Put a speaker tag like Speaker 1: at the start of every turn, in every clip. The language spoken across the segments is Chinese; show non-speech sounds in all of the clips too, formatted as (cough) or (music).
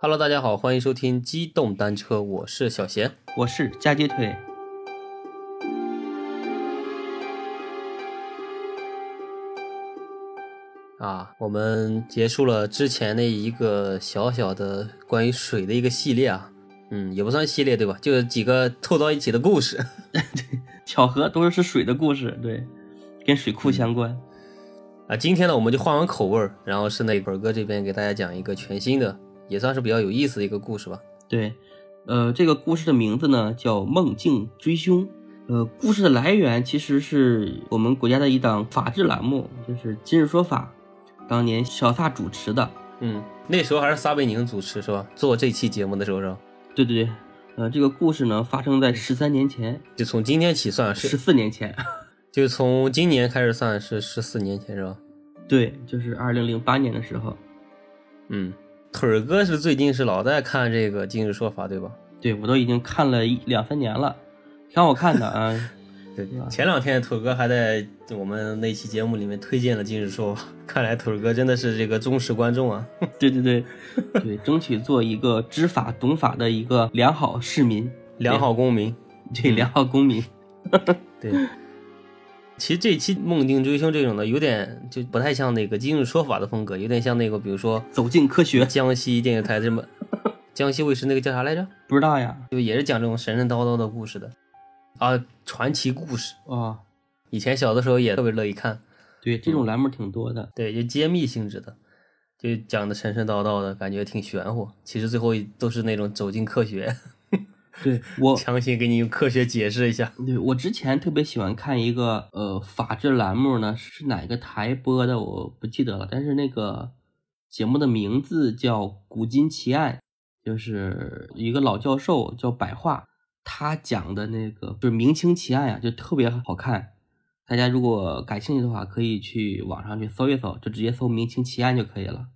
Speaker 1: Hello，大家好，欢迎收听机动单车，我是小贤。
Speaker 2: 我是嫁鸡腿。
Speaker 1: 啊，我们结束了之前的一个小小的关于水的一个系列啊，嗯，也不算系列对吧？就是几个凑到一起的故事。
Speaker 2: 巧合都是水的故事，对，跟水库相关。
Speaker 1: 啊，今天呢，我们就换完口味儿，然后是那本哥这边给大家讲一个全新的，也算是比较有意思的一个故事吧。
Speaker 2: 对，呃，这个故事的名字呢叫《梦境追凶》。呃，故事的来源其实是我们国家的一档法制栏目，就是《今日说法》，当年小撒主持的。
Speaker 1: 嗯，那时候还是撒贝宁主持是吧？做这期节目的时候是吧？
Speaker 2: 对对对，呃，这个故事呢发生在十三年前，
Speaker 1: 就从今天起算
Speaker 2: 十
Speaker 1: 是，
Speaker 2: 四年前。
Speaker 1: 就从今年开始算是十四年前是吧？
Speaker 2: 对，就是二零零八年的时候。
Speaker 1: 嗯，腿儿哥是最近是老在看这个《今日说法》，对吧？
Speaker 2: 对我都已经看了一两三年了，挺好看的啊。
Speaker 1: 对
Speaker 2: 对吧
Speaker 1: 前两天腿儿哥还在我们那期节目里面推荐了《今日说法》， (laughs) 看来腿儿哥真的是这个忠实观众啊。
Speaker 2: 对对对，对，争取做一个知法懂法的一个良好市民，
Speaker 1: 良好公民。
Speaker 2: 对良好公民。
Speaker 1: 对，其实这期《梦境追凶》这种的，有点就不太像那个《今日说法》的风格，有点像那个，比如说
Speaker 2: 走进科学，
Speaker 1: 江西电视台这么，江西卫视那个叫啥来着？
Speaker 2: 不知道呀？
Speaker 1: 就也是讲这种神神叨叨的故事的，啊，传奇故事。
Speaker 2: 啊，
Speaker 1: 以前小的时候也特别乐意看，
Speaker 2: 对，这种栏目挺多的。
Speaker 1: 对，就揭秘性质的，就讲的神神叨叨的感觉挺玄乎，其实最后都是那种走进科
Speaker 2: (laughs)
Speaker 1: 学，
Speaker 2: 对我，
Speaker 1: 强行给你用科学解释一下。
Speaker 2: 对我之前特别喜欢看一个呃法制栏目呢，是哪个台播的我不记得了，但是那个节目的名字叫《古今奇案》，就是一个老教授叫白桦，他讲的那个就是明清奇案呀、就特别好看。大家如果感兴趣的话，可以去网上去搜一搜，就直接搜《明清奇案》就可以了。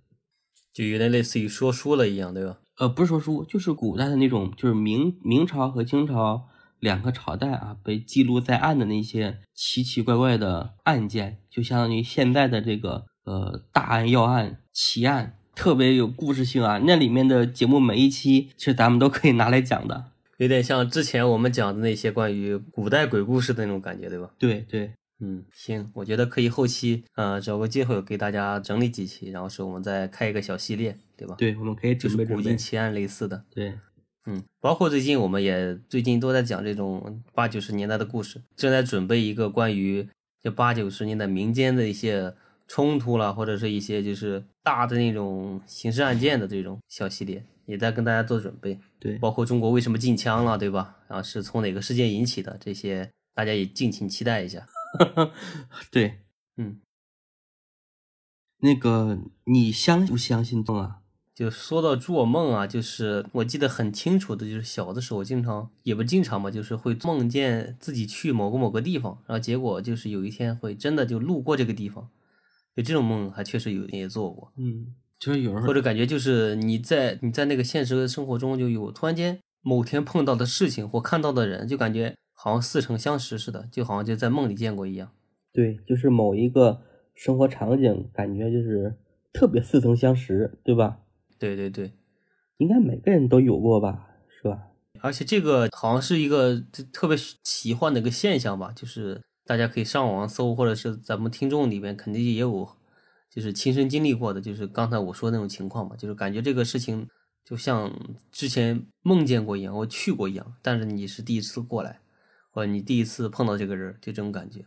Speaker 1: 就有点类似于说书了一样，对吧？
Speaker 2: 呃，不是说书，就是古代的那种，就是明明朝和清朝两个朝代啊，被记录在案的那些奇奇怪怪的案件，就相当于现在的这个呃大案要案、奇案，特别有故事性啊。那里面的节目每一期，其实咱们都可以拿来讲的。
Speaker 1: 有点像之前我们讲的那些关于古代鬼故事的那种感觉，对吧？
Speaker 2: 对对
Speaker 1: 嗯，行，我觉得可以后期呃找个机会给大家整理几期，然后是我们再开一个小系列，对吧？，
Speaker 2: 对，我们可以
Speaker 1: 就
Speaker 2: 准
Speaker 1: 是
Speaker 2: 备
Speaker 1: 古
Speaker 2: 准
Speaker 1: 今
Speaker 2: 备。
Speaker 1: 奇案类似的。
Speaker 2: 对
Speaker 1: 嗯，包括最近我们也最近都在讲这种八九十年代的故事，正在准备一个关于就八九十年代民间的一些冲突啦，或者是一些就是大的那种刑事案件的这种小系列，也在跟大家做准备。
Speaker 2: 对
Speaker 1: 包括中国为什么禁枪了，对吧？然后是从哪个事件引起的，这些大家也敬请期待一下。
Speaker 2: 对，
Speaker 1: 嗯，
Speaker 2: 那个你相不相信动啊？
Speaker 1: 就说到做梦啊，就是我记得很清楚的，就是小的时候经常也不经常吧，就是会梦见自己去某个某个地方，然后结果就是有一天会真的就路过这个地方，就这种梦还确实有也做过。
Speaker 2: 嗯，就是有时候
Speaker 1: 或者感觉就是你在你在那个现实生活中就有突然间某天碰到的事情或看到的人，就感觉好像似曾相识似的，就好像就在梦里见过一样。
Speaker 2: 对，就是某一个生活场景，感觉就是特别似曾相识，对吧？
Speaker 1: 对对对，
Speaker 2: 应该每个人都有过吧，是吧？
Speaker 1: 而且这个好像是一个特特别奇幻的一个现象吧，就是大家可以上网搜，或者是咱们听众里面肯定也有，就是亲身经历过的，就是刚才我说的那种情况嘛，就是感觉这个事情就像之前梦见过一样，我去过一样，但是你是第一次过来，或者你第一次碰到这个人儿，就这种感觉，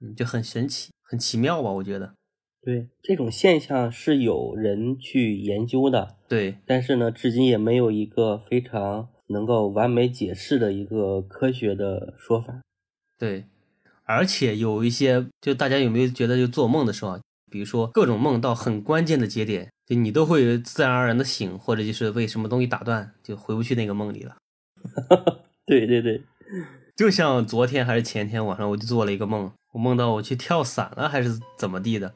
Speaker 1: 嗯，就很神奇，很奇妙吧，我觉得。
Speaker 2: 对，这种现象是有人去研究的，
Speaker 1: 对，
Speaker 2: 但是呢，至今也没有一个非常能够完美解释的一个科学的说法。
Speaker 1: 对，而且有一些，就大家有没有觉得，就做梦的时候啊，比如说各种梦到很关键的节点，就你都会自然而然的醒，或者就是被什么东西打断，就回不去那个梦里了。
Speaker 2: 对对对， (laughs)
Speaker 1: 就像昨天还是前天晚上，我就做了一个梦，我梦到我去跳伞了，还是怎么地的。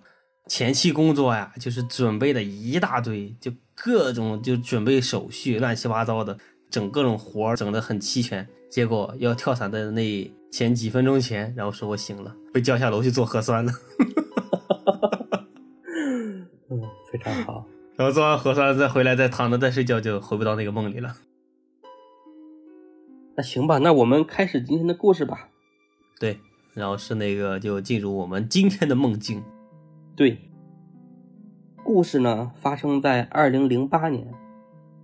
Speaker 1: 前期工作呀，就是准备的一大堆，就各种就准备手续，乱七八糟的，整各种活儿整的很齐全。结果要跳伞的那前几分钟前，然后说我醒了，被叫下楼去做核酸了。
Speaker 2: 嗯，非常好。
Speaker 1: (laughs) 然后做完核酸再回来再躺着再睡觉，就回不到那个梦里了。
Speaker 2: 那行吧，那我们开始今天的故事吧。
Speaker 1: 对，然后是那个就进入我们今天的梦境。
Speaker 2: 对，故事呢发生在二零零八年，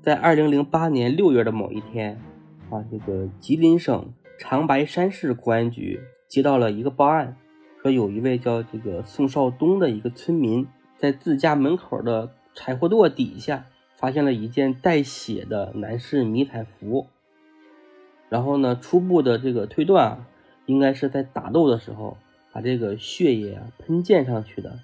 Speaker 2: 在二零零八年六月的某一天，啊，这个吉林省长白山市公安局接到了一个报案，说有一位叫这个宋少东的一个村民，在自家门口的柴火垛底下发现了一件带血的男士迷彩服。然后呢，初步的这个推断啊，应该是在打斗的时候把这个血液啊喷溅上去的。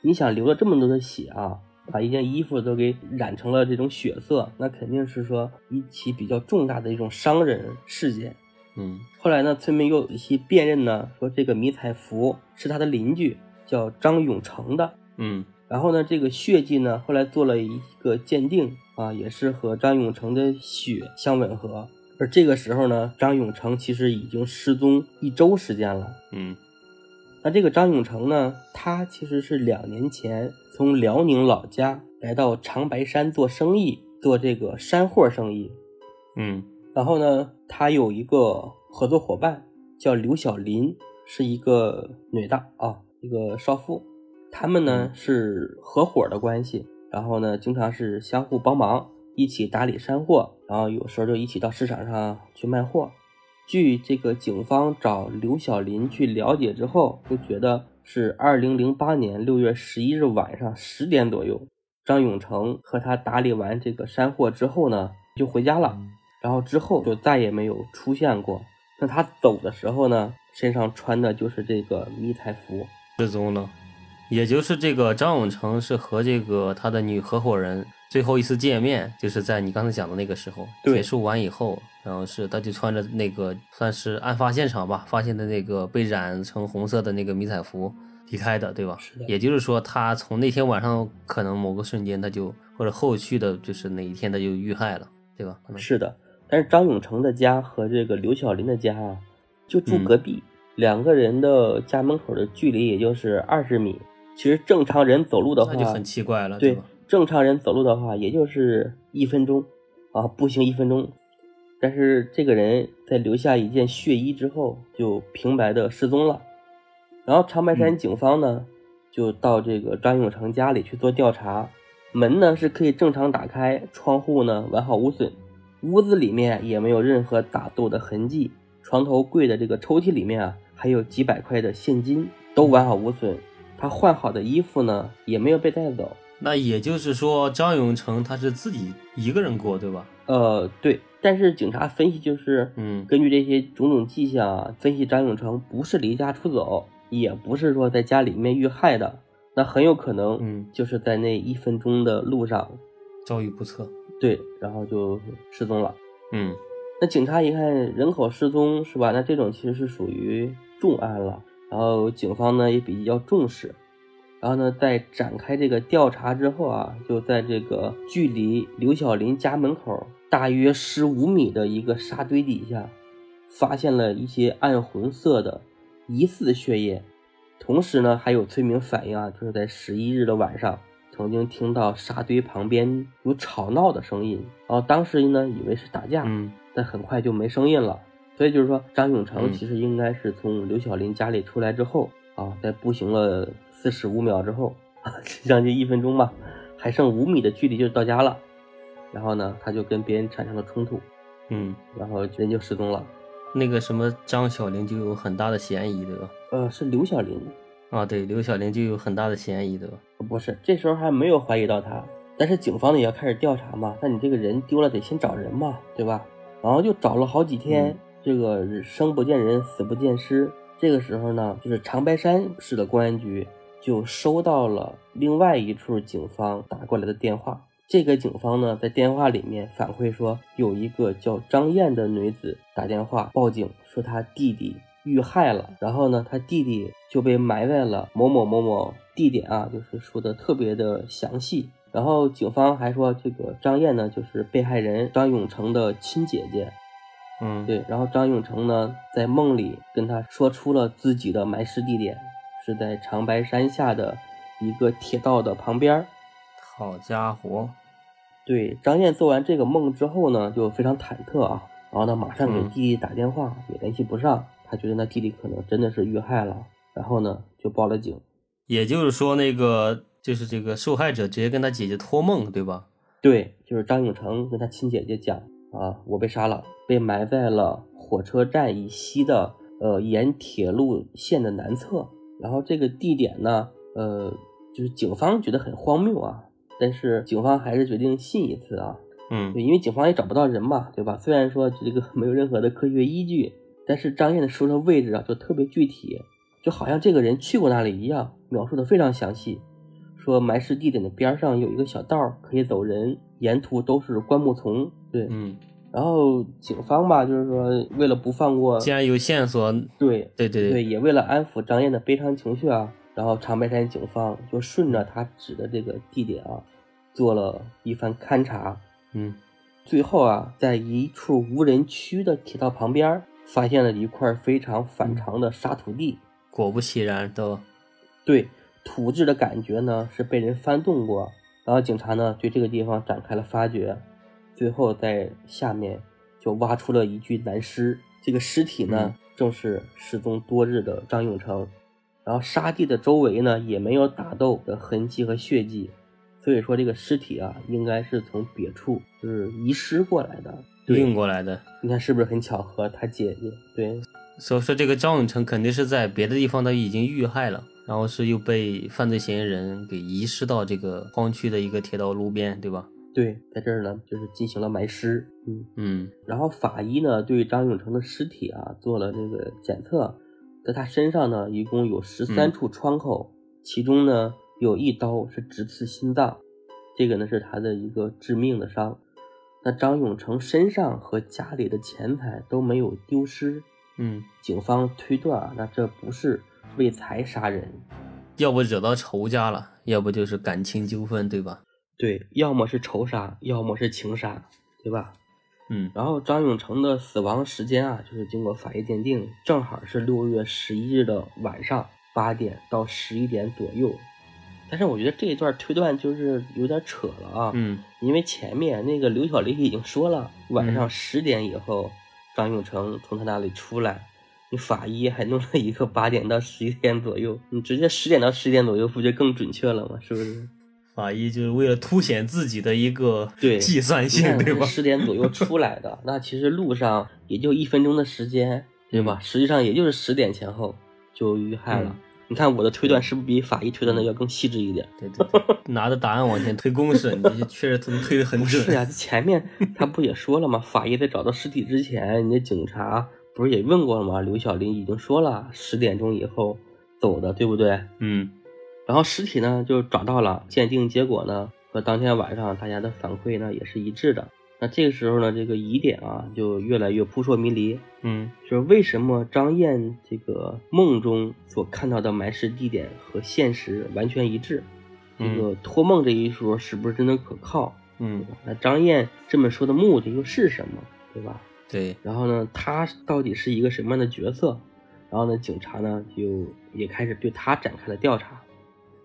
Speaker 2: 你想流了这么多的血啊，把一件衣服都给染成了这种血色，那肯定是说一起比较重大的一种伤人事件。
Speaker 1: 嗯
Speaker 2: 后来呢，村民又有一些辨认呢，说这个迷彩服是他的邻居叫张永成的。
Speaker 1: 嗯
Speaker 2: 然后呢，这个血迹呢，后来做了一个鉴定啊，也是和张永成的血相吻合。而这个时候呢，张永成其实已经失踪一周时间了。
Speaker 1: 嗯
Speaker 2: 那这个张永成呢，他其实是两年前从辽宁老家来到长白山做生意，做这个山货生意。
Speaker 1: 嗯
Speaker 2: 然后呢，他有一个合作伙伴叫刘小林，是一个女的啊，一个少妇。他们呢是合伙的关系，然后呢经常是相互帮忙，一起打理山货，然后有时候就一起到市场上去卖货。据这个警方找刘小林去了解之后，就觉得是二零零八年六月十一日晚上十点左右，张永成和他打理完这个山货之后呢，就回家了。然后之后就再也没有出现过。那他走的时候呢，身上穿的就是这个迷彩服。
Speaker 1: 失踪了。也就是这个张永成是和这个他的女合伙人最后一次见面，就是在你刚才讲的那个时候
Speaker 2: 对
Speaker 1: 结束完以后，然后是他就穿着那个算是案发现场吧，发现的那个被染成红色的那个迷彩服离开的，对吧？
Speaker 2: 是的
Speaker 1: 也就是说，他从那天晚上可能某个瞬间他就或者后续的就是哪一天他就遇害了，对吧？可能
Speaker 2: 是的，但是张永成的家和这个刘小林的家啊，就住
Speaker 1: 嗯
Speaker 2: 隔壁，两个人的家门口的距离也就是二十米。其实正常人走路的话
Speaker 1: 那，就很奇怪了，
Speaker 2: 对
Speaker 1: 吧？，
Speaker 2: 正常人走路的话，也就是一分钟啊，步行一分钟。但是这个人在留下一件血衣之后，就平白的失踪了。然后长白山
Speaker 1: 嗯
Speaker 2: 警方呢，就到这个张永成家里去做调查。门呢是可以正常打开，窗户呢完好无损，屋子里面也没有任何打斗的痕迹。床头柜的这个抽屉里面啊，还有几百块的现金，都完好无损。他换好的衣服呢，也没有被带走。
Speaker 1: 那也就是说，张永成他是自己一个人过，对吧？
Speaker 2: 呃，对，但是警察分析就是，
Speaker 1: 嗯
Speaker 2: 根据这些种种迹象啊，分析张永成不是离家出走，也不是说在家里面遇害的，那很有可能
Speaker 1: 嗯，
Speaker 2: 就是在那一分钟的路上，
Speaker 1: 遭遇不测。
Speaker 2: 对，然后就失踪了。
Speaker 1: 嗯
Speaker 2: 那警察一看人口失踪是吧？那这种其实是属于重案了。然后警方呢也比较重视，然后呢在展开这个调查之后啊，就在这个距离刘小林家门口大约十五米的一个沙堆底下，发现了一些暗红色的疑似血液。同时呢，还有村民反映啊，就是在十一日的晚上，曾经听到沙堆旁边有吵闹的声音，然后当时呢以为是打架，
Speaker 1: 嗯
Speaker 2: 但很快就没声音了。所以就是说，张永成
Speaker 1: 嗯
Speaker 2: 其实应该是从刘小林家里出来之后啊，在步行了四十五秒之后，啊 (laughs) 将近一分钟吧，还剩五米的距离就到家了。然后呢，他就跟别人产生了冲突，
Speaker 1: 嗯，
Speaker 2: 然后人就失踪了。
Speaker 1: 那个什么张小玲就有很大的嫌疑，对吧？
Speaker 2: 呃，是刘小林，
Speaker 1: 啊，对，刘小玲就有很大的嫌疑，对吧？
Speaker 2: 不是，这时候还没有怀疑到他，但是警方呢也要开始调查嘛。那你这个人丢了，得先找人嘛，对吧？然后就找了好几天，
Speaker 1: 嗯
Speaker 2: 这个生不见人，死不见尸。这个时候呢，就是长白山市的公安局就收到了另外一处警方打过来的电话。这个警方呢，在电话里面反馈说，有一个叫张燕的女子打电话报警，说她弟弟遇害了，然后呢，她弟弟就被埋在了某某某某地点啊，就是说的特别的详细。然后警方还说，这个张燕呢，就是被害人张永成的亲姐姐。
Speaker 1: 嗯，，
Speaker 2: 对，然后张永成呢，在梦里跟他说出了自己的埋尸地点，是在长白山下的一个铁道的旁边儿。
Speaker 1: 好家伙，
Speaker 2: 对，张燕做完这个梦之后呢，就非常忐忑啊，然后呢，马上给
Speaker 1: 嗯
Speaker 2: 弟弟打电话，也联系不上，他觉得那弟弟可能真的是遇害了，然后呢，就报了警。
Speaker 1: 也就是说那个就是这个受害者直接跟他姐姐托梦，对吧？
Speaker 2: 对，就是张永成跟他亲姐姐讲啊，我被杀了，被埋在了火车站以西的呃沿铁路线的南侧。然后这个地点呢，呃，就是警方觉得很荒谬啊，但是警方还是决定信一次啊，
Speaker 1: 嗯
Speaker 2: 对，因为警方也找不到人嘛，对吧？虽然说这个没有任何的科学依据，但是张燕的说的位置啊就特别具体，就好像这个人去过那里一样，描述的非常详细。说埋尸地点的边儿上有一个小道儿可以走人，沿途都是灌木丛。对，
Speaker 1: 嗯，
Speaker 2: 然后警方吧，就是说为了不放过，
Speaker 1: 既然有线索，
Speaker 2: 对
Speaker 1: 对对
Speaker 2: 对，，也为了安抚张燕的悲伤情绪啊，然后长白山警方就顺着他指的这个地点啊，做了一番勘察。
Speaker 1: 嗯
Speaker 2: 最后啊，在一处无人区的铁道旁边儿，发现了一块非常反常的沙土地。
Speaker 1: 果不其然都，
Speaker 2: 对土质的感觉呢，是被人翻动过。然后警察呢，对这个地方展开了发掘，最后在下面就挖出了一具男尸。这个尸体
Speaker 1: 嗯
Speaker 2: 呢，正是失踪多日的张永成。然后沙地的周围呢，也没有打斗的痕迹和血迹，所以说这个尸体啊，应该是从别处就是遗失过来的。对
Speaker 1: 运过来的。
Speaker 2: 你看是不是很巧合？他姐姐对
Speaker 1: 所以说，这个张永成肯定是在别的地方他已经遇害了，然后是又被犯罪嫌疑人给遗失到这个荒区的一个铁道路边，对吧？
Speaker 2: 对，在这儿呢，就是进行了埋尸。嗯，
Speaker 1: 嗯
Speaker 2: 然后法医呢对张永成的尸体啊做了这个检测，在他身上呢一共有十三
Speaker 1: 嗯
Speaker 2: 处窗口，其中呢有一刀是直刺心脏，这个呢是他的一个致命的伤。那张永成身上和家里的钱财都没有丢失，
Speaker 1: 嗯，
Speaker 2: 警方推断啊，那这不是为财杀人，
Speaker 1: 要不惹到仇家了，要不就是感情纠纷，对吧？
Speaker 2: 对，要么是仇杀，要么是情杀，对吧？
Speaker 1: 嗯
Speaker 2: 然后张永成的死亡时间啊，就是经过法医鉴定，正好是六月十一日的晚上八点到十一点左右。但是我觉得这一段推断就是有点扯了啊，
Speaker 1: 嗯
Speaker 2: 因为前面那个刘小丽已经说了，晚上十点以后，张永成从他那里出来，你法医还弄了一个八点到十一点左右，你直接十点到十一点左右，不就更准确了吗？是不是？
Speaker 1: 法医就是为了凸显自己的一个
Speaker 2: 对
Speaker 1: 计算
Speaker 2: 你
Speaker 1: 性，
Speaker 2: 看
Speaker 1: 对吧？
Speaker 2: 十点左右出来的，那其实路上也就一分钟的时间，对吧？实际上也就是十点前后就遇害了。
Speaker 1: 嗯
Speaker 2: 你看我的推断是不是比法医推断的要更细致一点？
Speaker 1: 对对
Speaker 2: (laughs)
Speaker 1: 对，拿着答案往前推公式，你这确实推推的很
Speaker 2: 不
Speaker 1: 准。
Speaker 2: 是啊呀、前面他不也说了吗？法医在找到尸体之前，人家警察不是也问过了吗？刘小林已经说了，十点钟以后走的，对不对？
Speaker 1: (laughs) 嗯
Speaker 2: 然后尸体呢就找到了，鉴定结果呢和当天晚上大家的反馈呢也是一致的。那这个时候呢，这个疑点啊就越来越扑朔迷离，
Speaker 1: 嗯
Speaker 2: 就是为什么张燕这个梦中所看到的埋尸地点和现实完全一致？这
Speaker 1: 嗯
Speaker 2: 个托梦这一说是不是真的可靠？
Speaker 1: 嗯，
Speaker 2: 那张燕这么说的目的又是什么？对吧？
Speaker 1: 对，
Speaker 2: 然后呢，他到底是一个什么样的角色？然后呢，警察呢就也开始对他展开了调查。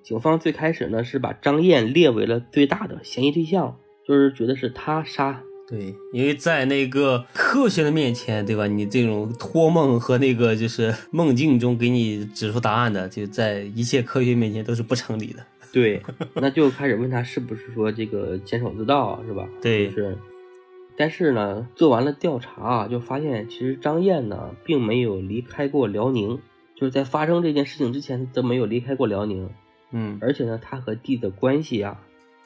Speaker 2: 警方最开始呢是把张燕列为了最大的嫌疑对象，就是觉得是他杀。
Speaker 1: 对，因为在那个科学的面前，对吧？你这种托梦和那个就是梦境中给你指出答案的，就在一切科学面前都是不成立的。
Speaker 2: 对，那就开始问他是不是说这个监守自盗啊是吧？
Speaker 1: 对，
Speaker 2: 是。但是呢，做完了调查啊，就发现其实张燕呢并没有离开过辽宁，就是在发生这件事情之前都没有离开过辽宁。
Speaker 1: 嗯
Speaker 2: 而且呢，他和弟的关系啊，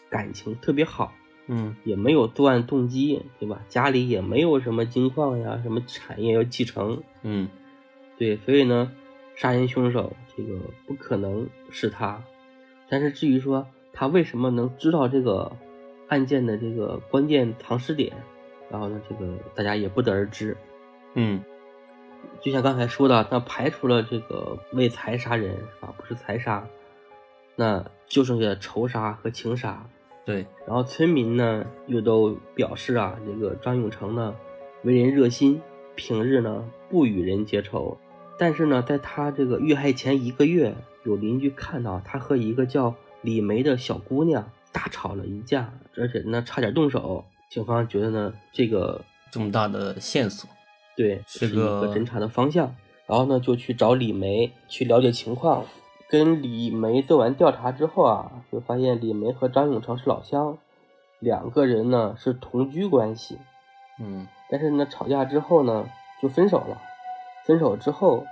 Speaker 2: 感情特别好，
Speaker 1: 嗯
Speaker 2: 也没有作案动机，对吧？家里也没有什么金矿呀，什么产业要继承，
Speaker 1: 嗯
Speaker 2: 对，所以呢，杀人凶手这个不可能是他。但是至于说他为什么能知道这个案件的这个关键藏尸点，然后呢，这个大家也不得而知。
Speaker 1: 嗯
Speaker 2: 就像刚才说的，那排除了这个为财杀人啊，不是财杀，那就剩下仇杀和情杀。
Speaker 1: 对，
Speaker 2: 然后村民呢又都表示啊，这个张永成呢为人热心，平日呢不与人结仇，但是呢，在他这个遇害前一个月，有邻居看到他和一个叫李梅的小姑娘大吵了一架，而且呢差点动手。警方觉得呢，这个
Speaker 1: 这么大的线索，
Speaker 2: 对
Speaker 1: 是
Speaker 2: 是一个
Speaker 1: 个
Speaker 2: 侦查的方向，然后呢就去找李梅去了解情况。跟李梅做完调查之后啊，就发现李梅和张永成是老乡，两个人呢是同居关系。
Speaker 1: 嗯
Speaker 2: 但是呢，吵架之后呢，就分手了。分手之后，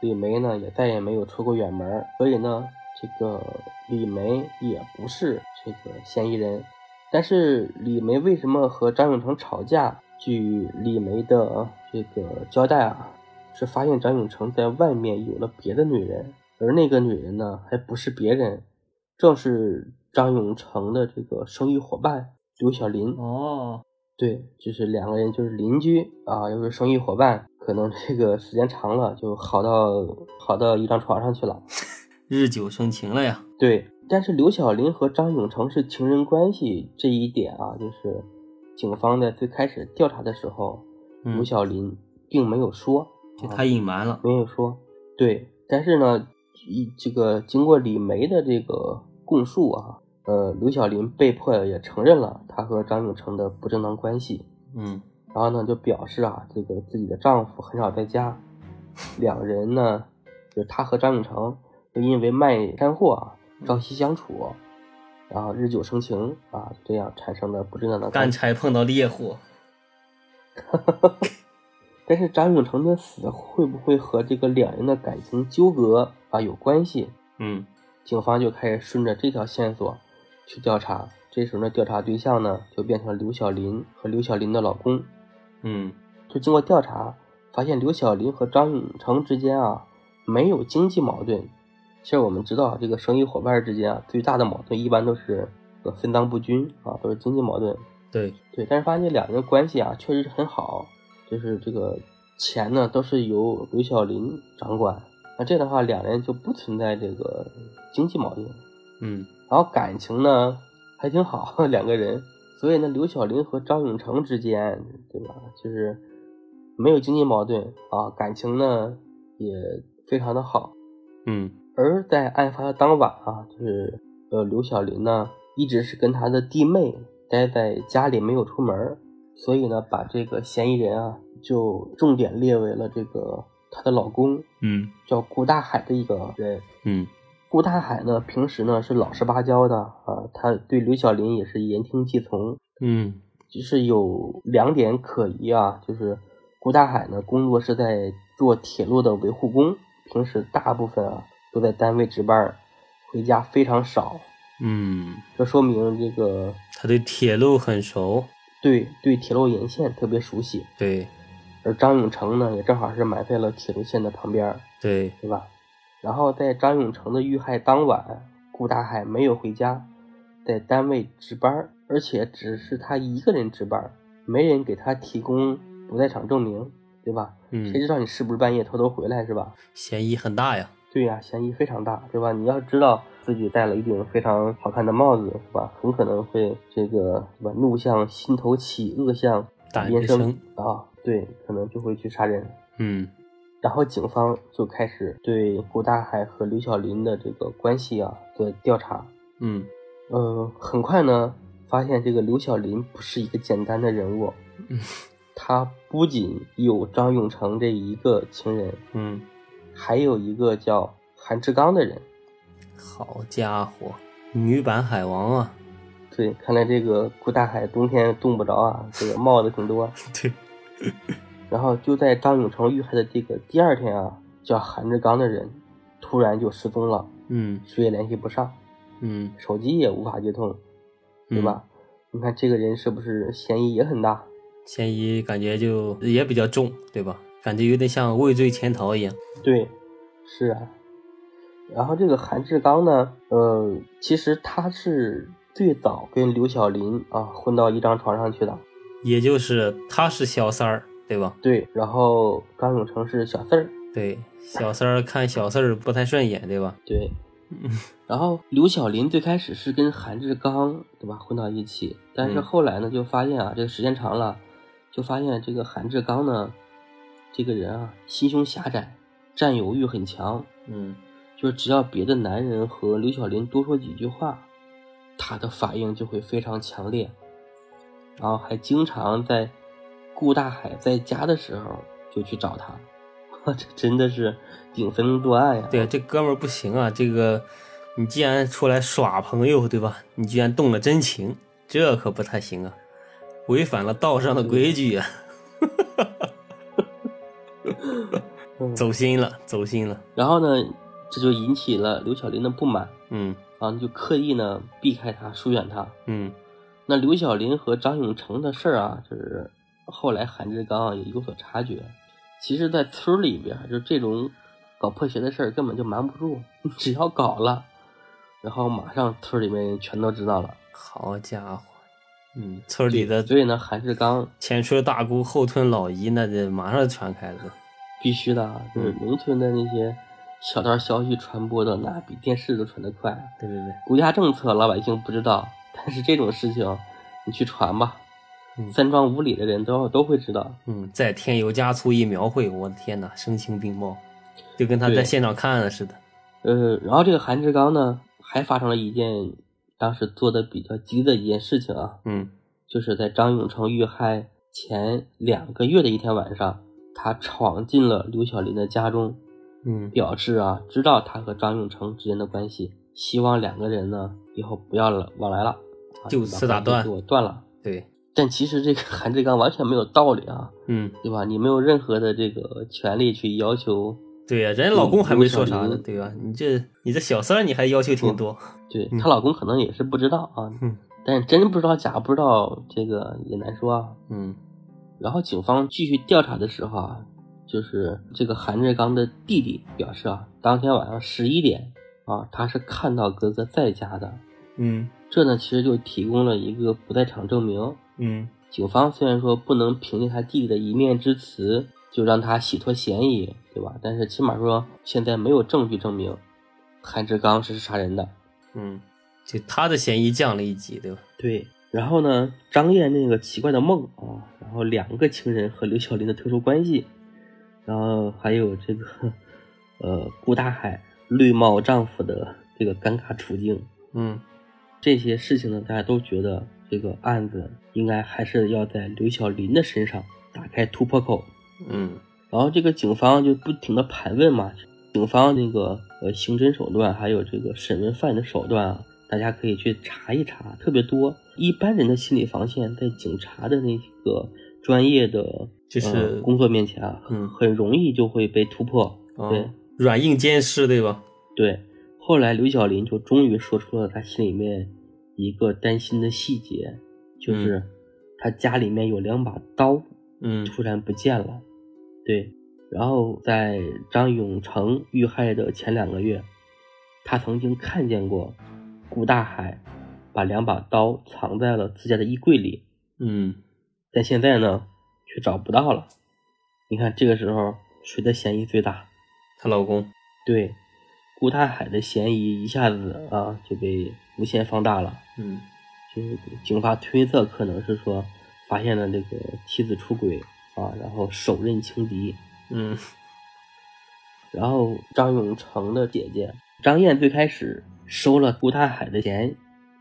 Speaker 2: 李梅呢也再也没有出过远门儿，所以呢，这个李梅也不是这个嫌疑人。但是李梅为什么和张永成吵架？据李梅的这个交代啊，是发现张永成在外面有了别的女人，而那个女人呢，还不是别人，正是张永成的这个生意伙伴刘小林。
Speaker 1: 哦，
Speaker 2: 对，就是两个人就是邻居啊，又是生意伙伴，可能这个时间长了就好到好到一张床上去了。
Speaker 1: 日久生情了呀。
Speaker 2: 对，但是刘晓林和张永成是情人关系这一点啊，就是警方在最开始调查的时候，
Speaker 1: 嗯
Speaker 2: 刘，晓林并没有说，啊
Speaker 1: 就他隐瞒了。
Speaker 2: 没有说。对，但是呢，一这个经过李梅的这个供述啊，呃，刘晓林被迫也承认了他和张永成的不正当关系。
Speaker 1: 嗯
Speaker 2: 然后呢就表示啊，这个自己的丈夫很少在家，两人呢，就是她和张永成就因为卖山货啊朝夕相处，然后日久生情啊，这样产生了不正当的
Speaker 1: 干
Speaker 2: 关系。
Speaker 1: 柴碰到烈火，
Speaker 2: 但是张永成的死会不会和这个两人的感情纠葛啊有关系？
Speaker 1: 嗯
Speaker 2: 警方就开始顺着这条线索去调查。这时候呢，调查对象呢就变成了刘晓林和刘晓林的老公。
Speaker 1: 嗯
Speaker 2: 就经过调查，发现刘晓林和张永成之间啊没有经济矛盾。其实我们知道，啊这个生意伙伴之间啊，最大的矛盾一般都是呃分赃不均啊，都是经济矛盾。
Speaker 1: 对，
Speaker 2: 对，但是发现这两人的关系啊，确实是很好，就是这个钱呢都是由刘晓林掌管。那这样的话，两人就不存在这个经济矛盾。
Speaker 1: 嗯
Speaker 2: 然后感情呢还挺好，两个人。所以呢，刘晓林和张永成之间，对吧？就是没有经济矛盾啊，感情呢也非常的好。
Speaker 1: 嗯
Speaker 2: 而在案发的当晚啊，就是呃，刘晓林呢一直是跟她的弟妹待在家里没有出门儿，所以呢，把这个嫌疑人啊就重点列为了这个她的老公啊
Speaker 1: 嗯
Speaker 2: 叫顾大海的一个人。
Speaker 1: 嗯
Speaker 2: 顾大海呢，平时呢是老实巴交的啊，他对刘晓林也是言听计从，
Speaker 1: 嗯
Speaker 2: 就是有两点可疑啊，就是顾大海呢工作是在做铁路的维护工，平时大部分啊都在单位值班，回家非常少，
Speaker 1: 嗯，
Speaker 2: 这说明这个
Speaker 1: 他对铁路很熟。
Speaker 2: 对对铁路沿线特别熟悉，
Speaker 1: 对
Speaker 2: 而张永成呢也正好是埋在了铁路线的旁边儿，
Speaker 1: 对，
Speaker 2: 对吧？然后在张永成的遇害当晚，顾大海没有回家，在单位值班儿，而且只是他一个人值班儿，没人给他提供不在场证明，对吧？
Speaker 1: 嗯
Speaker 2: 谁，知道你是不是半夜偷偷回来，是吧？
Speaker 1: 嫌疑很大呀。
Speaker 2: 对呀、嫌疑非常大，对吧？你要知道自己戴了一顶非常好看的帽子，是吧？很可能会这个什么怒向心头起，恶向
Speaker 1: 胆
Speaker 2: 边
Speaker 1: 边
Speaker 2: 生
Speaker 1: 生
Speaker 2: 啊，对，可能就会去杀人。
Speaker 1: 嗯
Speaker 2: 然后警方就开始对胡大海和刘晓林的这个关系啊做调查。
Speaker 1: 嗯
Speaker 2: 呃，很快呢，发现这个刘晓林不是一个简单的人物，
Speaker 1: 嗯
Speaker 2: 他不仅有张永成这一个情人，
Speaker 1: 嗯，
Speaker 2: 还有一个叫韩志刚的人。
Speaker 1: 好家伙，女版海王啊！ (laughs)
Speaker 2: 对，看来这个顾大海冬天冻不着啊，这个帽子挺多。
Speaker 1: 对，
Speaker 2: 然后就在张永成遇害的这个第二天啊，叫韩志刚的人突然就失踪了，
Speaker 1: 嗯
Speaker 2: 谁也联系不上。
Speaker 1: 嗯，
Speaker 2: 手机也无法接通，对
Speaker 1: 嗯
Speaker 2: 吧？你看这个人是不是嫌疑也很大？
Speaker 1: 嫌疑感觉就也比较重，对吧？感觉有点像畏罪潜逃一样。
Speaker 2: 对，是啊。然后这个韩志刚呢，呃，其实他是最早跟刘晓林啊混到一张床上去的，
Speaker 1: 也就是他是小三儿，对吧？
Speaker 2: 对。然后张永成是小四儿，
Speaker 1: 对，小三儿看小四儿不太顺眼，对吧？
Speaker 2: 对。
Speaker 1: 嗯
Speaker 2: 然后刘晓林最开始是跟韩志刚对吧混到一起，但是
Speaker 1: 嗯
Speaker 2: 后来呢就发现啊，这个时间长了，就发现这个韩志刚呢，这个人啊心胸狭窄，占有欲很强，
Speaker 1: 嗯
Speaker 2: 就是只要别的男人和刘晓林多说几句话，他的反应就会非常强烈，然后还经常在顾大海在家的时候就去找他， (laughs) 这真的是顶风作案呀、
Speaker 1: 对，这哥们儿不行啊！这个，你既然出来耍朋友，对吧？你居然动了真情，这可不太行啊！违反了道上的规矩啊！
Speaker 2: 嗯
Speaker 1: 走心了，走心了。
Speaker 2: 然后呢，这就引起了刘晓玲的不满，
Speaker 1: 嗯
Speaker 2: 然后就刻意呢避开他，疏远他。
Speaker 1: 嗯
Speaker 2: 那刘晓林和张永成的事儿啊，就是后来韩志刚啊也有所察觉。其实，在村儿里边儿，就这种搞破鞋的事儿根本就瞒不住， (laughs) 只要搞了，然后马上村儿里面人全都知道了。
Speaker 1: 好家伙，嗯，村里的
Speaker 2: 所以呢，韩志刚
Speaker 1: 前村大姑后村老姨，那得马上传开了。
Speaker 2: 必须的啊，就是农村的那些小道消息传播的，那比电视都传得快啊。
Speaker 1: 对对对，
Speaker 2: 国家政策老百姓不知道，但是这种事情你去传吧，
Speaker 1: 嗯
Speaker 2: 三庄五里的人都都会知道。
Speaker 1: 嗯，再添油加醋一描绘，我的天哪，声情并茂，就跟他在
Speaker 2: 对
Speaker 1: 现场看了似的。
Speaker 2: 呃，然后这个韩志刚呢，还发生了一件当时做的比较激烈的一件事情啊，
Speaker 1: 嗯
Speaker 2: 就是在张永成遇害前两个月的一天晚上，他闯进了刘晓林的家中，
Speaker 1: 嗯
Speaker 2: 表示啊知道他和张永成之间的关系，希望两个人呢以后不要了往来了，啊
Speaker 1: 就
Speaker 2: 你把
Speaker 1: 此打断
Speaker 2: 关系给我断了。
Speaker 1: 对，
Speaker 2: 但其实这个韩志刚完全没有道理啊，
Speaker 1: 嗯
Speaker 2: 对吧？你没有任何的这个权利去要求，
Speaker 1: 对呀、人家老公还没说啥
Speaker 2: 刘晓
Speaker 1: 呢，
Speaker 2: 玲
Speaker 1: 对吧、你这你这小三儿你还要求挺多，
Speaker 2: 对
Speaker 1: 嗯
Speaker 2: 她老公可能也是不知道啊，
Speaker 1: 嗯
Speaker 2: (laughs) 但是真不知道假不知道这个也难说啊。
Speaker 1: 嗯
Speaker 2: 然后警方继续调查的时候啊，就是这个韩志刚的弟弟表示啊，当天晚上十一点啊，他是看到哥哥在家的。
Speaker 1: 嗯
Speaker 2: 这呢，其实就提供了一个不在场证明。
Speaker 1: 嗯
Speaker 2: 警方虽然说不能凭借他弟弟的一面之词就让他洗脱嫌疑，对吧？但是起码说现在没有证据证明韩志刚是杀人的。
Speaker 1: 嗯，就他的嫌疑降了一级，对吧？
Speaker 2: 对，然后呢，张燕那个奇怪的梦啊，然后两个情人和刘晓林的特殊关系，然后还有这个呃顾大海绿帽丈夫的这个尴尬处境，
Speaker 1: 嗯
Speaker 2: 这些事情呢，大家都觉得这个案子应该还是要在刘晓林的身上打开突破口。
Speaker 1: 嗯
Speaker 2: 然后这个警方就不停的盘问嘛，警方那个呃刑侦手段，还有这个审问犯人的手段啊，大家可以去查一查，特别多。一般人的心理防线在警察的那个专业的
Speaker 1: 就是
Speaker 2: 呃工作面前啊，
Speaker 1: 嗯
Speaker 2: 很容易就会被突破。对
Speaker 1: 哦，软硬兼施，对吧？
Speaker 2: 对，后来刘晓林就终于说出了他心里面一个担心的细节，就是他家里面有两把刀。
Speaker 1: 嗯
Speaker 2: 突然不见了。对，然后在张永成遇害的前两个月，他曾经看见过顾大海把两把刀藏在了自家的衣柜里，
Speaker 1: 嗯
Speaker 2: 但现在呢，却找不到了。你看这个时候谁的嫌疑最大？
Speaker 1: 她老公，
Speaker 2: 对，顾大海的嫌疑一下子啊就被无限放大了。
Speaker 1: 嗯
Speaker 2: 就是警方推测可能是说发现了这个妻子出轨啊，然后手刃情敌，
Speaker 1: 嗯
Speaker 2: 然后张永成的姐姐张燕最开始收了顾大海的钱，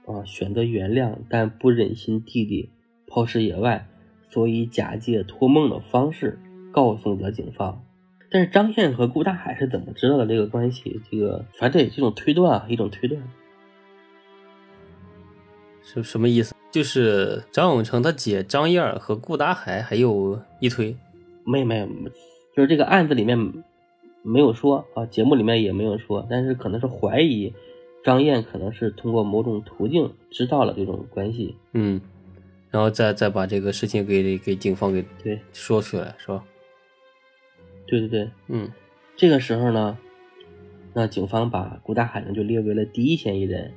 Speaker 2: 啊，选择原谅，但不忍心弟弟抛尸野外，所以假借托梦的方式告诉了警方。但是张燕和顾大海是怎么知道的这个关系？这个反正也是一种推断啊，一种推断。
Speaker 1: 什什么意思？就是张永成他姐张燕儿和顾大海还有一推，
Speaker 2: 没没，就是这个案子里面没有说啊，节目里面也没有说，但是可能是怀疑张燕可能是通过某种途径知道了这种关系。
Speaker 1: 嗯，然后再再把这个事情给给警方给
Speaker 2: 对，
Speaker 1: 说出来，是吧？
Speaker 2: 对对对，
Speaker 1: 嗯
Speaker 2: 这个时候呢，那警方把顾大海呢就列为了第一嫌疑人，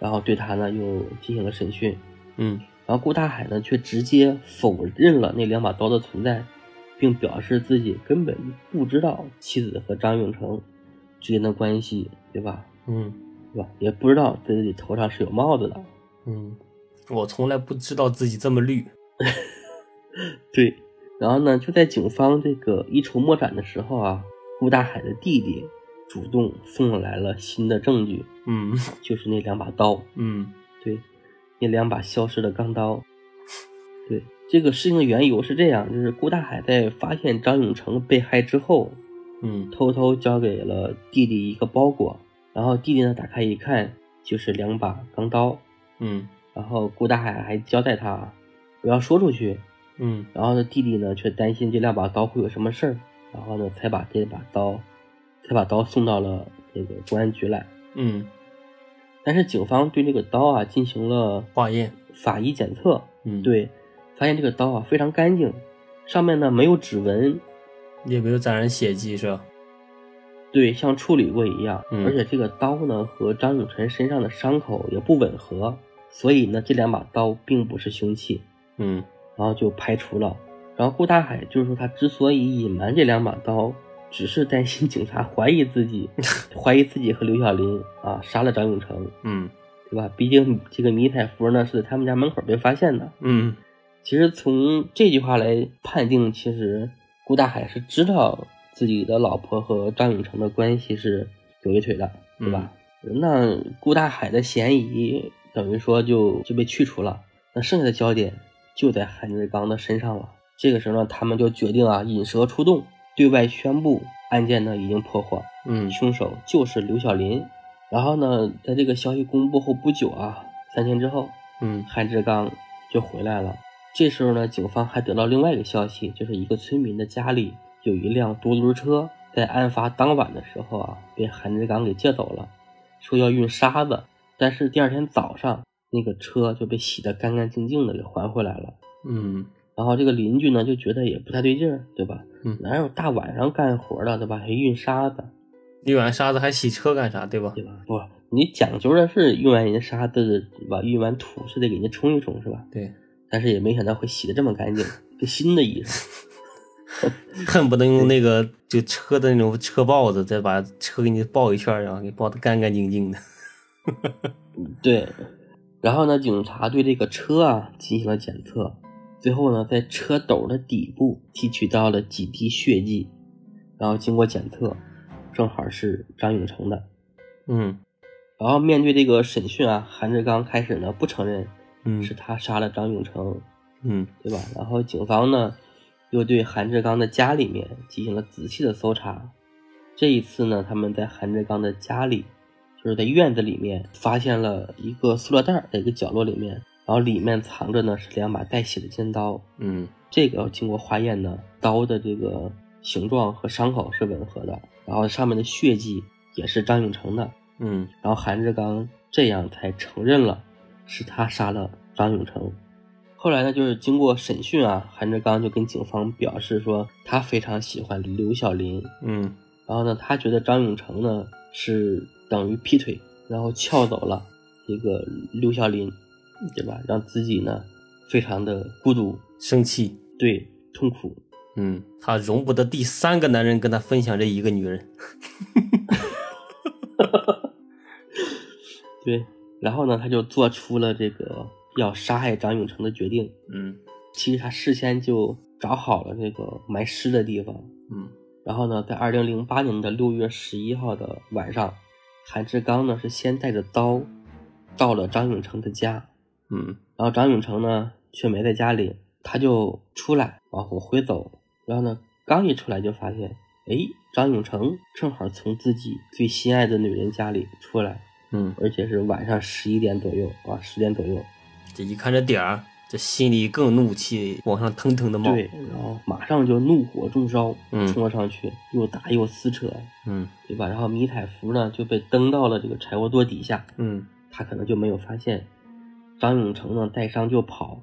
Speaker 2: 然后对他呢又进行了审讯，
Speaker 1: 嗯
Speaker 2: 然后顾大海呢却直接否认了那两把刀的存在，并表示自己根本不知道妻子和张永成之间的关系，对吧？
Speaker 1: 嗯
Speaker 2: 对吧？也不知道自己头上是有帽子的。
Speaker 1: 嗯，我从来不知道自己这么绿。
Speaker 2: 对，然后呢，就在警方这个一筹莫展的时候啊，顾大海的弟弟主动送来了新的证据，
Speaker 1: 嗯
Speaker 2: 就是那两把刀。
Speaker 1: 嗯
Speaker 2: 对，那两把消失的钢刀。对，这个事情的缘由是这样，就是顾大海在发现张永成被害之后，
Speaker 1: 嗯
Speaker 2: 偷偷交给了弟弟一个包裹，然后弟弟呢打开一看，就是两把钢刀，
Speaker 1: 嗯
Speaker 2: 然后顾大海还交代他不要说出去，
Speaker 1: 嗯
Speaker 2: 然后呢弟弟呢却担心这两把刀会有什么事儿，然后呢才把这把刀，才把刀送到了这个公安局来。
Speaker 1: 嗯，
Speaker 2: 但是警方对这个刀啊进行了
Speaker 1: 化验，
Speaker 2: 法医检测，
Speaker 1: 嗯，，
Speaker 2: 对，发现这个刀啊非常干净，上面呢没有指纹，
Speaker 1: 也没有沾染血迹是吧？
Speaker 2: 对，像处理过一样，
Speaker 1: 嗯
Speaker 2: 而且这个刀呢和张永晨身上的伤口也不吻合，所以呢这两把刀并不是凶器，
Speaker 1: 嗯
Speaker 2: 然后就排除了。然后顾大海就是说他之所以隐瞒这两把刀，只是担心警察怀疑自己，怀疑自己和刘小林啊杀了张永成，
Speaker 1: 嗯
Speaker 2: 对吧？毕竟这个迷彩服呢是在他们家门口被发现的。
Speaker 1: 嗯
Speaker 2: 其实从这句话来判定，其实顾大海是知道自己的老婆和张永成的关系是有一腿的，对吧？那顾大海的嫌疑等于说就就被去除了，那剩下的焦点就在韩志刚的身上了。这个时候呢，他们就决定啊引蛇出洞，对外宣布案件呢已经破获，
Speaker 1: 嗯
Speaker 2: 凶手就是刘小林。然后呢，在这个消息公布后不久啊，三天之后，
Speaker 1: 嗯
Speaker 2: 韩志刚就回来了。这时候呢，警方还得到另外一个消息，就是一个村民的家里有一辆嘟嘟车，在案发当晚的时候啊，被韩志刚给借走了，说要运沙子，但是第二天早上那个车就被洗得干干净净的给还回来了。
Speaker 1: 嗯
Speaker 2: 然后这个邻居呢就觉得也不太对劲儿，对吧？
Speaker 1: 嗯
Speaker 2: 哪有大晚上干活的，对吧？还运沙子，
Speaker 1: 运完沙子还洗车干啥，对吧？
Speaker 2: 对吧？不，你讲究的是运完人家沙子，对吧？运完土是得给人家冲一冲，是吧？
Speaker 1: 对，
Speaker 2: 但是也没想到会洗的这么干净，跟新的一样。
Speaker 1: (laughs) 恨不得用那个就车的那种车刨子，再把车给你刨一圈儿，然后给刨的干干净净的。
Speaker 2: 对，然后呢，警察对这个车啊进行了检测，最后呢，在车斗的底部提取到了几滴血迹，然后经过检测，正好是张永成的。
Speaker 1: 嗯
Speaker 2: 然后面对这个审讯啊，韩志刚开始呢不承认
Speaker 1: 嗯
Speaker 2: 是他杀了张永成，
Speaker 1: 嗯
Speaker 2: 对吧？然后警方呢又对韩志刚的家里面进行了仔细的搜查。这一次呢，他们在韩志刚的家里，就是在院子里面发现了一个塑料袋儿，在一个角落里面，然后里面藏着呢是两把带血的尖刀。
Speaker 1: 嗯
Speaker 2: 这个经过化验呢，刀的这个形状和伤口是吻合的，然后上面的血迹也是张永成的。
Speaker 1: 嗯
Speaker 2: 然后韩志刚这样才承认了是他杀了张永成。后来呢，就是经过审讯啊，韩志刚就跟警方表示说，他非常喜欢刘小林，
Speaker 1: 嗯
Speaker 2: 然后呢，他觉得张永成呢是等于劈腿，然后撬走了这个刘小林，对吧？让自己呢非常的孤独，
Speaker 1: 生气。
Speaker 2: 对，痛苦。
Speaker 1: 嗯，他容不得第三个男人跟他分享这一个女人。
Speaker 2: 对，然后呢，他就做出了这个要杀害张永成的决定。
Speaker 1: 嗯
Speaker 2: 其实他事先就找好了那个埋尸的地方。
Speaker 1: 嗯
Speaker 2: 然后呢，在二零零八年的六月十一号的晚上，韩志刚呢是先带着刀到了张永成的家，
Speaker 1: 嗯
Speaker 2: 然后张永成呢却没在家里，他就出来往往回走，然后呢刚一出来就发现，哎，张永成正好从自己最心爱的女人家里出来，
Speaker 1: 嗯，
Speaker 2: 而且是晚上十一点左右啊，十点左右，
Speaker 1: 这一看这点儿，这心里更怒气往上腾腾的冒。
Speaker 2: 对，然后马上就怒火中烧，
Speaker 1: 嗯
Speaker 2: 冲了上去，又打又撕扯，
Speaker 1: 嗯
Speaker 2: 对吧？然后迷彩服呢就被蹬到了这个柴火垛底下，
Speaker 1: 嗯
Speaker 2: 他可能就没有发现。张永成呢带伤就跑，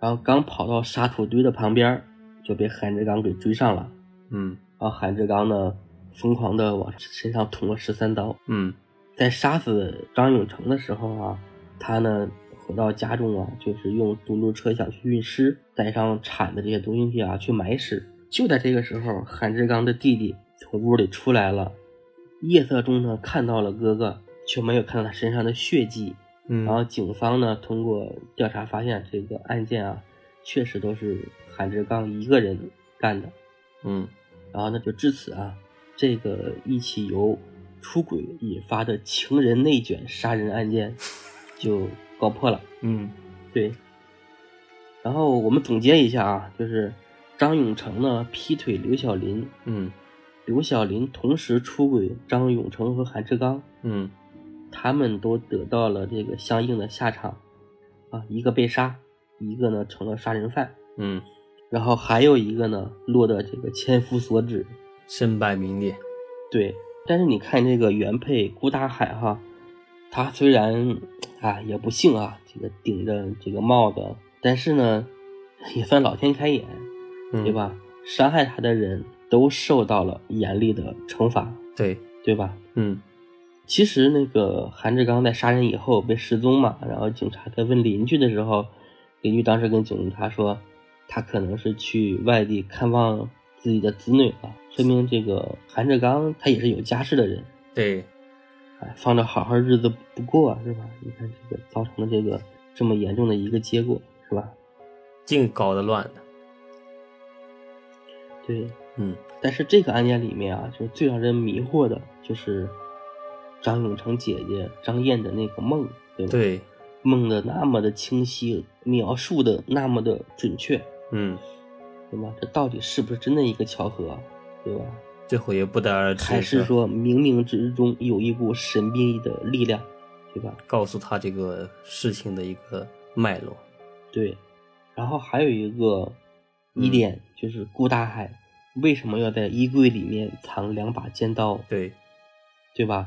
Speaker 2: 然后刚跑到沙土堆的旁边儿，就被韩志刚给追上了。
Speaker 1: 嗯
Speaker 2: 然后韩志刚呢疯狂的往身上捅了十三刀，
Speaker 1: 嗯
Speaker 2: 在杀死张永成的时候啊，他呢回到家中啊，就是用嘟嘟车想去运尸，带上铲子这些东西啊去埋尸。就在这个时候，韩志刚的弟弟从屋里出来了，夜色中呢看到了哥哥，却没有看到他身上的血迹。
Speaker 1: 嗯，
Speaker 2: 然后警方呢通过调查发现，这个案件啊确实都是韩志刚一个人干的。
Speaker 1: 嗯
Speaker 2: 然后呢，就至此啊，这个一起由出轨引发的情人内卷杀人案件就搞破了。
Speaker 1: 嗯
Speaker 2: 对。然后我们总结一下啊，就是张永成呢劈腿刘小林，
Speaker 1: 嗯
Speaker 2: 刘小林同时出轨张永成和韩志刚，
Speaker 1: 嗯
Speaker 2: 他们都得到了这个相应的下场，啊，一个被杀，一个呢成了杀人犯，
Speaker 1: 嗯，
Speaker 2: 然后还有一个呢落得这个千夫所指。
Speaker 1: 身败名裂。
Speaker 2: 对，但是你看这个原配顾大海哈，他虽然啊也不幸啊，这个顶着这个帽子，但是呢，也算老天开眼，
Speaker 1: 嗯
Speaker 2: 对？吧？伤害他的人都受到了严厉的惩罚，
Speaker 1: 对，
Speaker 2: 对吧？
Speaker 1: 嗯
Speaker 2: 其实那个韩志刚在杀人以后被失踪嘛，然后警察在问邻居的时候，邻居当时跟警察说，他可能是去外地看望自己的子女了，说明这个韩志刚他也是有家室的人，
Speaker 1: 对，
Speaker 2: 哎，放着好好日子不过啊是吧？你看这个造成了这个这么严重的一个结果是吧？
Speaker 1: 净搞得乱的。
Speaker 2: 对，
Speaker 1: 嗯
Speaker 2: 但是这个案件里面啊，就是最让人迷惑的就是张永成姐姐张燕的那个梦，对吧？
Speaker 1: 对，
Speaker 2: 梦的那么的清晰，描述的那么的准确，
Speaker 1: 嗯，
Speaker 2: 对吧？这到底是不是真的一个巧合，对吧？
Speaker 1: 最后也不得而知。
Speaker 2: 还是说冥冥之中有一股神秘的力量，对吧？
Speaker 1: 告诉他这个事情的一个脉络？
Speaker 2: 对。然后还有一个
Speaker 1: 嗯
Speaker 2: 疑点、就是顾大海为什么要在衣柜里面藏两把尖刀，
Speaker 1: 对，
Speaker 2: 对吧？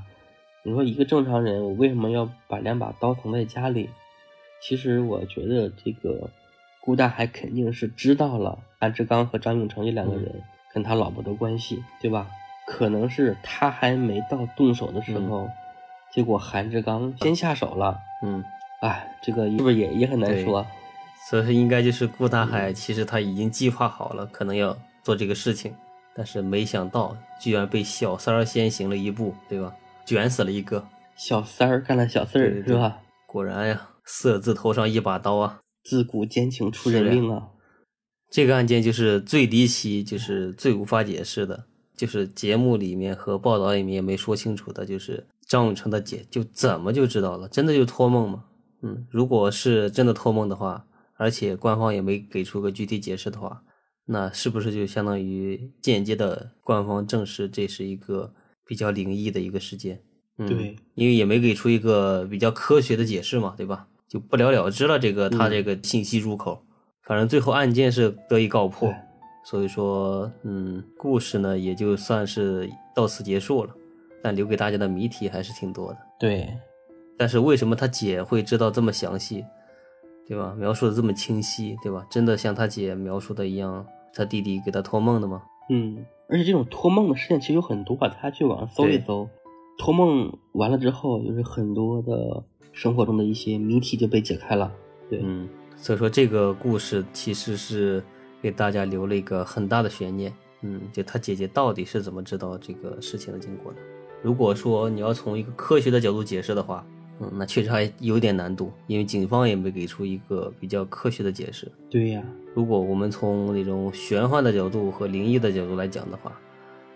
Speaker 2: 你说一个正常人，我为什么要把两把刀藏在家里？其实我觉得这个顾大海肯定是知道了韩志刚和张永成这两个
Speaker 1: 嗯
Speaker 2: 人跟他老婆的关系，对吧？可能是他还没到动手的时候，结果韩志刚先下手了。
Speaker 1: 嗯，
Speaker 2: 哎，这个是不是也也很难
Speaker 1: 对
Speaker 2: 说？
Speaker 1: 所以应该就是顾大海，其实他已经计划好了，可能要做这个事情，但是没想到居然被小三儿先行了一步，对吧？卷死了一个，
Speaker 2: 小三儿干了小四
Speaker 1: 对
Speaker 2: 儿，
Speaker 1: 对对
Speaker 2: 是吧？
Speaker 1: 果然呀，色字头上一把刀啊！
Speaker 2: 自古奸情出
Speaker 1: 是
Speaker 2: 人
Speaker 1: 呀
Speaker 2: 命啊！
Speaker 1: 这个案件就是最离奇，就是最无法解释的，就是节目里面和报道里面也没说清楚的，就是张永成的姐就怎么就知道了？真的就托梦吗？嗯，如果是真的托梦的话，而且官方也没给出个具体解释的话，那是不是就相当于间接的官方证实这是一个比较灵异的一个事件？嗯，
Speaker 2: 对，
Speaker 1: 因为也没给出一个比较科学的解释嘛，对吧？就不了了之了，这个他
Speaker 2: 嗯
Speaker 1: 这个信息入口。反正最后案件是得以告破
Speaker 2: 对，
Speaker 1: 所以说，嗯，故事呢也就算是到此结束了，但留给大家的谜题还是挺多的。
Speaker 2: 对，
Speaker 1: 但是为什么他姐会知道这么详细，对吧？描述的这么清晰，对吧？真的像他姐描述的一样，他弟弟给他托梦的吗？
Speaker 2: 嗯，而且这种托梦的事件其实有很多，啊大家去网上搜一
Speaker 1: 对
Speaker 2: 搜，托梦完了之后，就是很多的生活中的一些谜题就被解开了。对，
Speaker 1: 嗯，所以说这个故事其实是给大家留了一个很大的悬念。嗯，就他姐姐到底是怎么知道这个事情的经过的？如果说你要从一个科学的角度解释的话，嗯，那确实还有点难度，因为警方也没给出一个比较科学的解释。
Speaker 2: 对呀、
Speaker 1: 如果我们从那种玄幻的角度和灵异的角度来讲的话，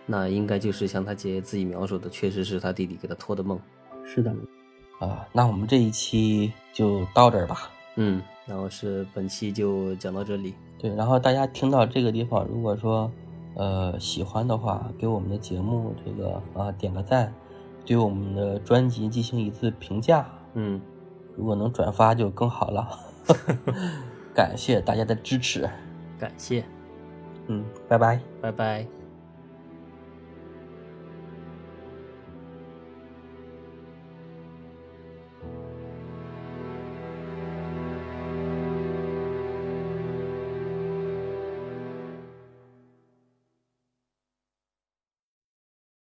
Speaker 1: 那应该就是像他姐姐自己描述的，确实是他弟弟给他托的梦。
Speaker 2: 是的。啊，那我们这一期就到这儿吧。
Speaker 1: 嗯，然后是本期就讲到这里。
Speaker 2: 对，然后大家听到这个地方，如果说呃喜欢的话，给我们的节目这个啊点个赞，对我们的专辑进行一次评价，
Speaker 1: 嗯，
Speaker 2: 如果能转发就更好了。 (laughs) 感谢大家的支持，
Speaker 1: 感谢，
Speaker 2: 嗯，拜拜。
Speaker 1: 拜拜。